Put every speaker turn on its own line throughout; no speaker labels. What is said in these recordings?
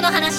の話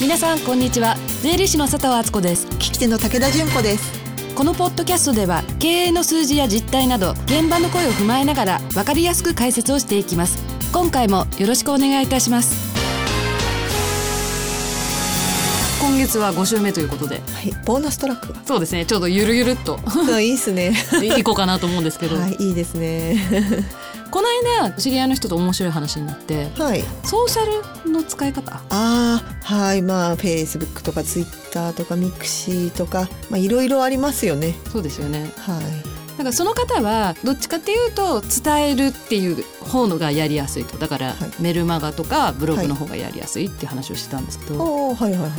皆さんこんにちは税理士の佐藤敦子です
聞き手の武田純子です
このポッドキャストでは経営の数字や実態など現場の声を踏まえながら分かりやすく解説をしていきます今回もよろしくお願いいたします今月は5週目ということで
はい、ボーナストラックが
そうですねちょうどゆるゆるっ と
そういいですね
いこうかなと思うんですけど、
はい、いいですね
この間知り合いの人と面白い話になって
はい
ソーシャルの使い方
あーはいまあフェイスブックとかツイッターとかミクシーとかまあいろいろありますよね
そうですよね
はい
だからその方はどっちかっていうと伝えるっていう方のがやりやすいとだから
はい
メルマガとかブログの方がやりやすいっていう話をしてたんですけど、
おーはいはいはい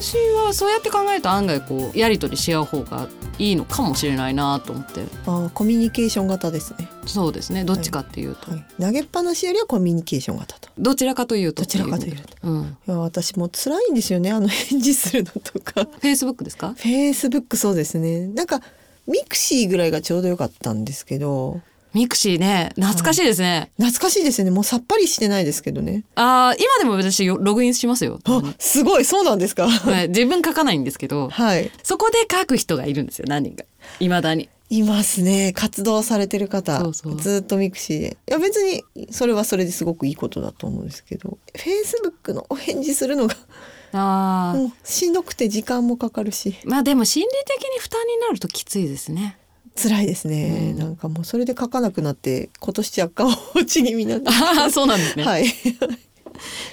私はそうやって考えると案外こうやり取りし合う方がいいのかもしれないなと思って
あーコミュニケーション型ですね
そうですねどっちかっていうと、
はい投げっぱなしよりはコミュニケーション型と
どちらかというと
どちらかというと
うん
いや私も辛いんですよねあの返事するのと か
フェイスブックですか
フェイスブックそうですねなんかミクシーぐらいがちょうどよかったんですけど
ミクシーね懐かしいですね、
懐かしいですねもうさっぱりしてないですけどね
ああ今でも私よログインしますよ、
あすごいそうなんで すか
はい自分書かないんですけど
はい
そこで書く人がいるんですよ何人かいまだに
いますね活動されてる方
そうそう
ずっとミクシーでいや別にそれはそれですごくいいことだと思うんですけどフェイスブックのお返事するのが
ああ、
もうしんどくて時間もかかるし
まあでも心理的に負担になるときついですね。
辛いですね、
うん
なんかもうそれで書かなくなって今年若干落ち気味なんで、
ああそうなんですね。い、
はい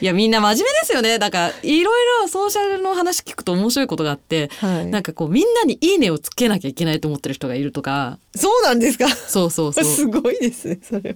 やみんな真面目ですよね。だからいろいろソーシャルの話聞くと面白いことがあって、
はい
なんかこうみんなにいいねをつけなきゃいけないと思ってる人がいるとか、
そうなんですか
そうそうそ
す
う。
ごいですねそれ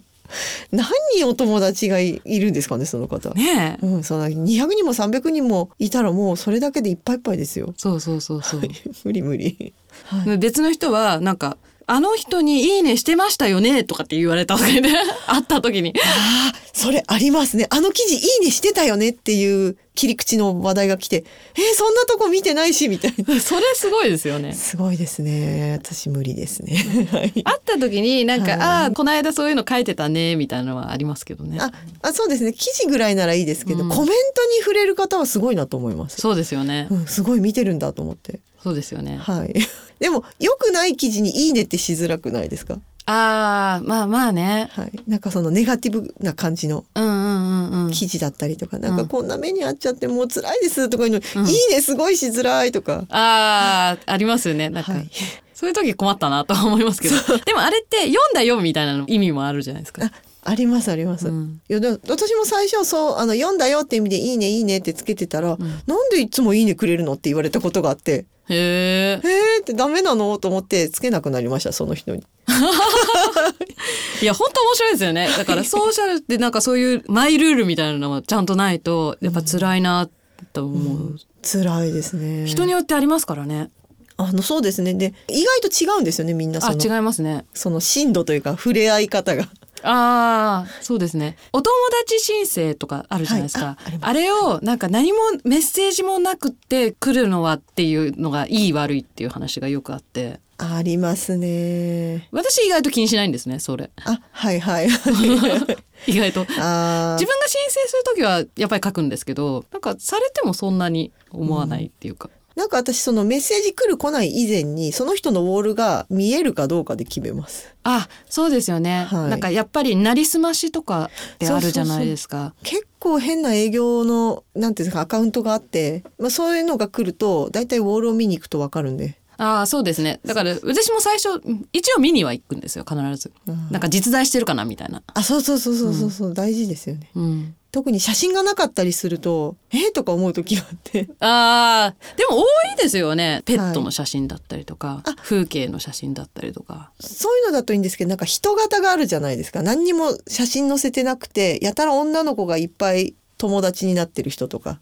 何人お友達がいいるんですかねその方、
ねえ、
うん、そんな200人も300人もいたらもうそれだけでいっぱいいっぱいですよ
そうそうそうそう。
無理無理、はい
で別の人はなんか。あの人にいいねしてましたよねとかって言われたわけで、 会った時に。
ああ、それありますね。あの記事いいねしてたよねっていう切り口の話題が来て、えーそんなとこ見てないし、みたいな。
それすごいですよね。
すごいですね。私無理ですね。 はい。
会った時になんか、
はい
ああ、この間そういうの書いてたね、みたいなのはありますけどね。
あ、あそうですね。記事ぐらいならいいですけど、
うん
コメントに触れる方はすごいなと思います。
そうですよね。
うん、すごい見てるんだと思って。
そうですよね。
はい。 でも、良くない記事にいいねってしづらくないですか
ああ、まあまあね。
はい。なんかそのネガティブな感じの
うんうんうんうん。
記事だったりとか、なん
う
か
ん
こんな目にあっちゃってもう辛いですとかいうのに、
うん
いいねすごいしづらいとか。
ああ、ありますよね。なんか、
はい。
そういう時困ったなとは思いますけど。でもあれって読んだよみたいなの意味もあるじゃないですか
あ。ありますあります。
うん
いやでも私も最初そうあの読んだよって意味で「いいねいいね」ってつけてたら、
ん
なんでいつも「いいね」くれるのって言われたことがあって
へえ
「え。ー」ってダメなのと思ってつけなくなりましたその人に。
いや、本当面白いですよね。だ からソーシャルってなんかそういうマイルールみたいなのもちゃんとないと、やっぱ辛いなと思う。
辛いですね。
人によってありますからね。
あのそうですねで意外と違うんですよねみんな
あ、
そ
違
の
いますね。
その深度というか触れ合い方が。
ああ、そうですね。お友達申請とかあるじゃないですか。
はいああり
あ
ます
れをなんか何もメッセージもなくて来るのはっていうのがいい悪いっていう話がよくあって。
ありますね。
私意外と気にしないんですね、それ。
あはい はい。
意外と。自
あ
分が申請するときはやっぱり書くんですけど、なんかされてもそんなに思わないっていうか。
なんか私そのメッセージ来る来ない以前にその人のウォールが見えるかどうかで決めます。
あ、そうですよね。
はい
なんかやっぱりなりすましとかってあるじゃないですか。
結構変な営業のなんていうんですかアカウントがあって、まあ、そういうのが来ると大体ウォールを見に行くとわかるんで
ああそうですねだから私も最初うん一応見には行くんですよ必ず、
うん
なんか実在してるかなみたいな、
あそうそうそうそうそうそう、大事ですよね
うん、
特に写真がなかったりするとえー、とか思う時があって
あーでも多いですよねペットの写真だったりとか、
あ
風景の写真だったりとか
そういうのだといいんですけどなんか人型があるじゃないですか何にも写真載せてなくてやたら女の子がいっぱい友達になってる人とか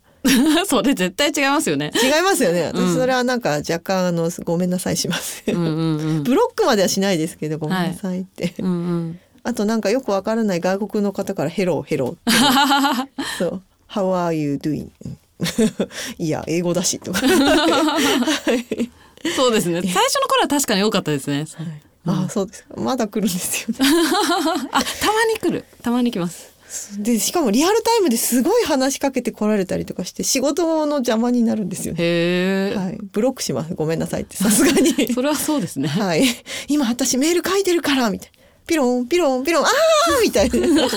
それ絶対違いますよね
違いますよね
う
私
ん
それはなんか若干あのごめんなさいします、
うんうんうん
ブロックまではしないですけどごめんなさいって、
うんうん
あとなんかよくわからない外国の方からヘローヘローって そう「How are you doing? 」 いや英語だしとか
そうですね最初の頃は確かに多かったですね
ああそうですかまだ来るんですよね
あたまに来るたまに来ます
でしかもリアルタイムですごい話しかけて来られたりとかして仕事の邪魔になるんですよね、
へえ、
はい、ブロックしますごめんなさいってさすがに
それはそうですね
はい今私メール書いてるからみたいなピロンピロンピロンああみたいな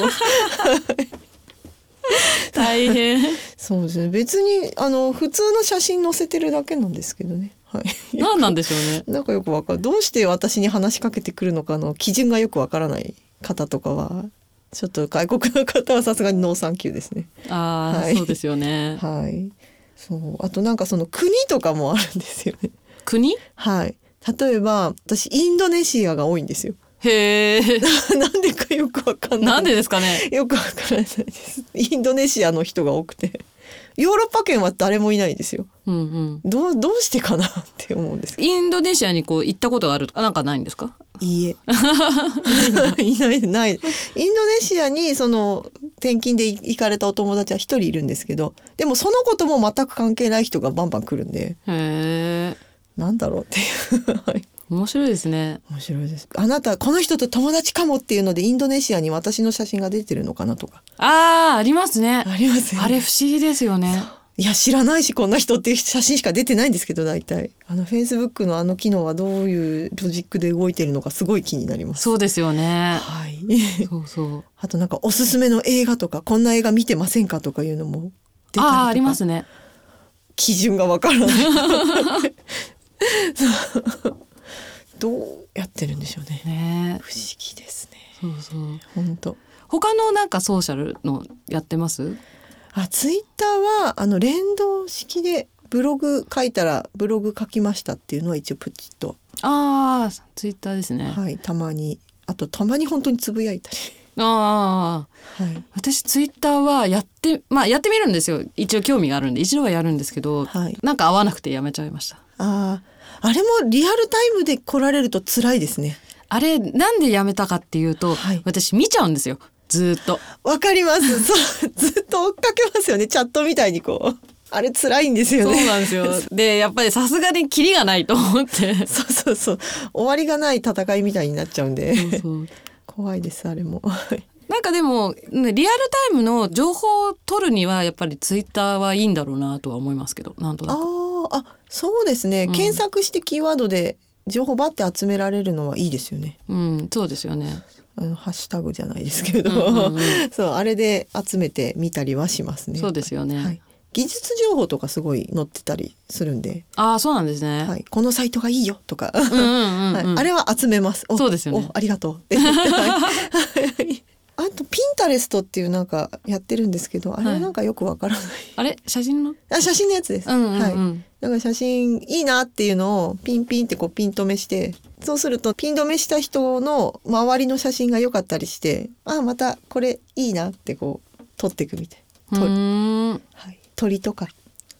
大変
そうですね別にあの普通の写真載せてるだけなんですけどねはい
何なんでしょうね
なんかよくわかる。どうして私に話しかけてくるのかの基準がよくわからない方とかは、ちょっと外国の方はさすがにノーサンキューですね。
ああ、
はい
そうですよね
はい。そう。あとなんかその国とかもあるんですよね。
国
はい。例えば、私インドネシアが多いんですよ。
へえ
なんでかよくわかんない。
なんでですかね
よくわからないです。インドネシアの人が多くて。ヨーロッパ圏は誰もいないんですよ。
うんうん
どう、どうしてかなって思うんですけど
インドネシアにこう行ったことがあるとかなんかないんですか
いいえ。 いない、ない。インドネシアに、その、転勤で行かれたお友達は一人いるんですけど、でもそのことも全く関係ない人がバンバン来るんで、
へえ
なんだろうっていう。はい
面白いですね
面白いです。あなた、この人と友達かもっていうので、インドネシアに私の写真が出てるのかなとか。
ああありますね
ありますよね
あれ不思議ですよね
いや、知らないし、こんな人っていう写真しか出てないんですけど、大体。あの、Facebook のあの機能はどういうロジックで動いてるのか、すごい気になります。
そうですよね
はい。
そうそう
あとなんかおすすめの映画とかこんな映画見てませんかとかいうのも出たりとか
ああありますね
基準がわから ないどうやってるんでしょうね
ね
不思議ですね
そうそう
本当
他のなんかソーシャルのやってます
あツイッターはあの連動式でブログ書いたらブログ書きましたっていうのは一応プチッと、
ああツイッターですね、
はい、たまにあとたまに本当につぶやいたり、
ああ
はい
私ツイッターはやってまあやってみるんですよ一応興味があるんで一度はやるんですけど、
はい、
なんか合わなくてやめちゃいました
あーあれもリアルタイムで来られると辛いですね
あれなんでやめたかっていうと、
はい
私見ちゃうんですよずーっと
わか ります。そう、ずっと追っかけますよね。チャットみたいにこう。あれ辛いんですよ
そう
ね。
なんですよ でやっぱりさすがにキリがないと思って
そうそうそう。終わりがない戦いみたいになっちゃうんで。
そうそう
怖いです、あれも。
なんかでもねリアルタイムの情報を取るにはやっぱりツイッターはいいんだろうなとは思いますけどなんと
あ
なく
ーあ、そうですね。
うん
検索してキーワードで情報ばって集められるのはいいですよね。
うんそうですよね
あの、ハッシュタグじゃないですけど。
うんうんう
そう、あれで集めてみたりはしますね。
そうですよね、
はい。技術情報とかすごい載ってたりするんで、
ああそうなんですね、
はい、このサイトがいいよとか、
うんうんうん、うん
はい、あれは集めます。お
そうですよね
おありがとう。 はいあとピンタレストっていうなんかやってるんですけど、あれはなんかよくわからない。
あれ写真の
あ写真のやつです。
うんうんうん、
はい。なんか写真いいなっていうのをピンピンってこうピン止めして、そうするとピン止めした人の周りの写真が良かったりして、あまたこれいいなってこう撮っていくみたい。
うーん
はい。鳥とか、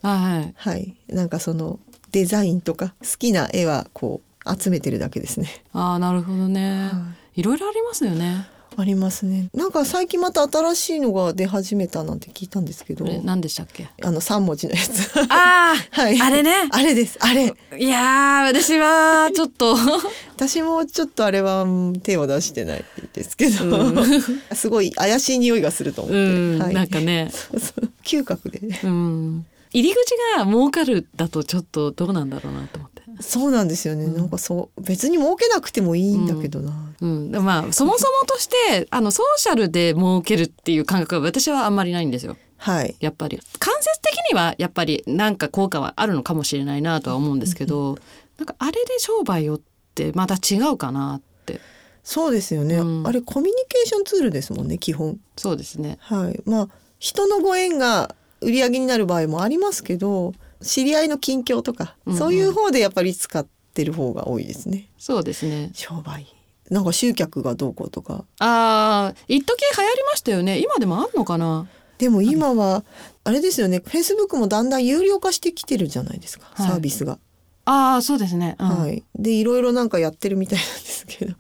はいはい
はい。なんかそのデザインとか好きな絵はこう集めてるだけですね。
ああなるほどね、、
はい
ろいろありますよね
ありますね。なんか最近また新しいのが出始めたなんて聞いたんですけ
こ
ど、
れ何でしたっけ
あの三文字のやつ。
ああ
はい。
あれね
あれです。あれ。
いやー私はちょっと
私もちょっとあれはうん手を出してないですけど、
うん、
すごい怪しい匂いがすると思って、
うん
はい、
なんかね
そうそう 嗅覚で。
うん入り口が儲かるだとちょっとどうなんだろうなと思って。
そうなんですよね。なんかそう別に儲けなくてもいいんだけどな。
うん、でまあそもそもとしてあのソーシャルで儲けるっていう感覚は私はあんまりないんですよ
はい。
やっぱり間接的にはやっぱりなんか効果はあるのかもしれないなとは思うんですけどなんかあれで商売をってまた違うかなって
そうですよね、
うん
あれコミュニケーションツールですもんね基本。
そうですね
はい、まあ人のご縁が売り上げになる場合もありますけど知り合いの近況とか、
うんうん
そういう方でやっぱり使ってる方が多いですね
そうですね
商売なんか集客がどうこうとか
あー一時流行りましたよね今でもあんのかな
でも今はあれですよねフェイスブックもだんだん有料化してきてるじゃないですか、
はい
サービスが、
ああそうですね、うん
はいでいろいろなんかやってるみたいなんですけど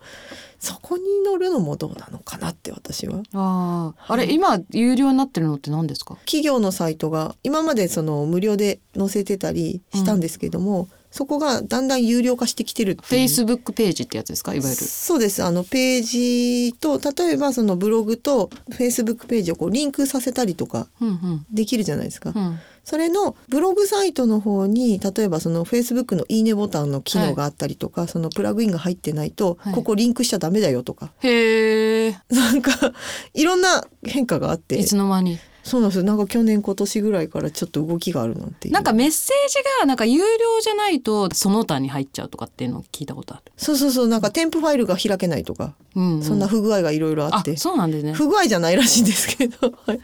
そこに乗るのもどうなのかなって私は
あああれ今有料になってるのって何ですか
企業のサイトが今までその無料で載せてたりしたんですけども、そこがだんだん有料化してきてるっていう
フェイスブックページってやつですかいわゆる。
そうですあのページと例えばそのブログとフェイスブックページをこうリンクさせたりとか
うんうん
できるじゃないですか、
うん
それのブログサイトの方に例えばそのフェイスブックの「いいね」ボタンの機能があったりとか、そのプラグインが入ってないと、
はい
ここリンクしちゃダメだよとか
へえ
なんかいろんな変化があって
いつの間に
そうなんですよなんか去年今年ぐらいからちょっと動きがあるなんていう
なんかメッセージがなんか有料じゃないとその他に入っちゃうとかっていうのを聞いたことある。
そうそうそうなんか添付ファイルが開けないとか、
うんう
そんな不具合がいろいろあ
あ
って
そうなんですね。
不具合じゃないらしいんですけど、 はい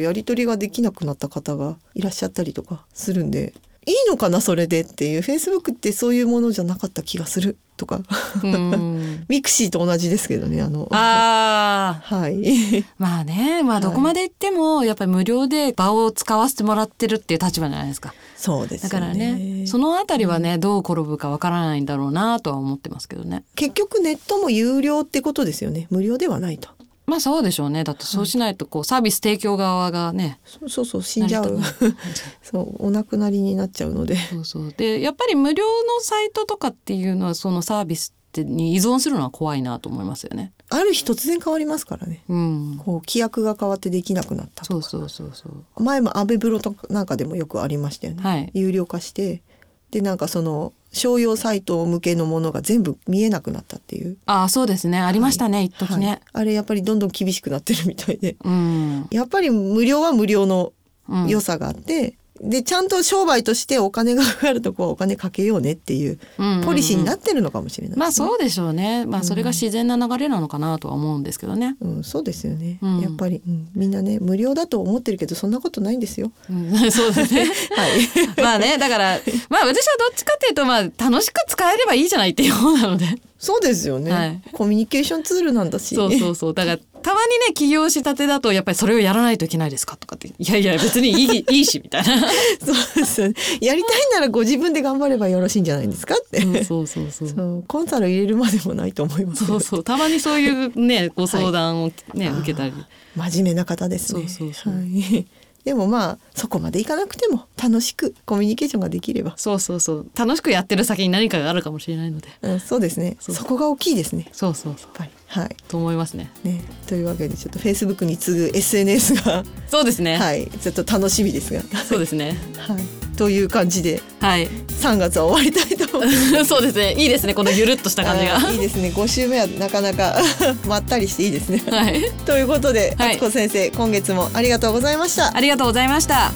やり取りができなくなった方がいらっしゃったりとかするんでいいのかなそれでっていうフェイスブックってそういうものじゃなかった気がするとか
うん
ミクシーと同じですけどねあの
ああ
はい
まあねまあどこまで行ってもやっぱり無料で場を使わせてもらってるっていう立場じゃないですか。
そうです
だ
よ
からねそ
の
のあたりはねどう転ぶかわからないんだろうなとは思ってますけどね。
結局ネットも有料ってことですよね無料ではないと
まあそうでしょうねだってそうしないとこうサービス提供側がね
そうそうそう死んじゃう
成り立たない
そうお亡くなりになっちゃうので
そうそうでやっぱり無料のサイトとかっていうのはそのサービスってに依存するのは怖いなと思いますよね。
ある日突然変わりますからね
うん、
こう規約が変わってできなくなった
そうそうそうそう。
前もアベブロとかなんかでもよくありましたよね、
はい
有料化してでなんかその商用サイト向けのものが全部見えなくなったっていう
ああそうですねありましたね、一時
はい
ね。
あれやっぱりどんどん厳しくなってるみたいで
うん。
やっぱり無料は無料の
うん
良さがあって、でちゃんと商売としてお金がかかるとこはお金かけようねっていうポリシーにな
っ
ってるのかもしれない
まあ
う、
そうでしょうね。ま
う
あ
ん
それが自然な流れなのかなとは思うんですけどね。
うん、そうですよね、
うん
やっぱり、うんみんなね無料だと思ってるけどそんなことないんですよ
うん そうですね。
はい
まあねだからまあ私はどっちかっていうとまあ楽しく使えればいいじゃないっていう方なので。
そうですよね、
はい
コミュニケーションツールなんだし
そうそうそう。だから、たまにね、起業したてだと、やっぱりそれをやらないといけないですかとかって、いやいや、別にいい、いいし、みたいな。
そうですよね。やりたいならご自分で頑張ればよろしいんじゃないですかって。
そうそうそう。
そうコンサル入れるまでもないと思います。
そうそう。たまにそういうね、ご相談をね、
はい
受けたり。
真面目な方ですね。
そうそうそう
はい。でもまあそこまでいかなくても楽しくコミュニケーションができれば。
そうそうそう。楽しくやってる先に何かがあるかもしれないので。
うん、そうですね。
そ
そうこが大きいですね。やっ
そうそうそう。
ぱりはい。
と思いますね。
ね、というわけでちょっとフェイスブックに次ぐ SNS が、
そうですね。
はい、ちょっと楽しみですが、
そうですね。
はい、という感じで
はい。
3月は終わりたいと思います。
そうですね。いいですね。このゆるっとした感じが。
あーいいですね。5週目はなかなか まったりしていいですね。
はい。
ということで、
はい
敦子先生今月もありがとうございました
ありがとうございました。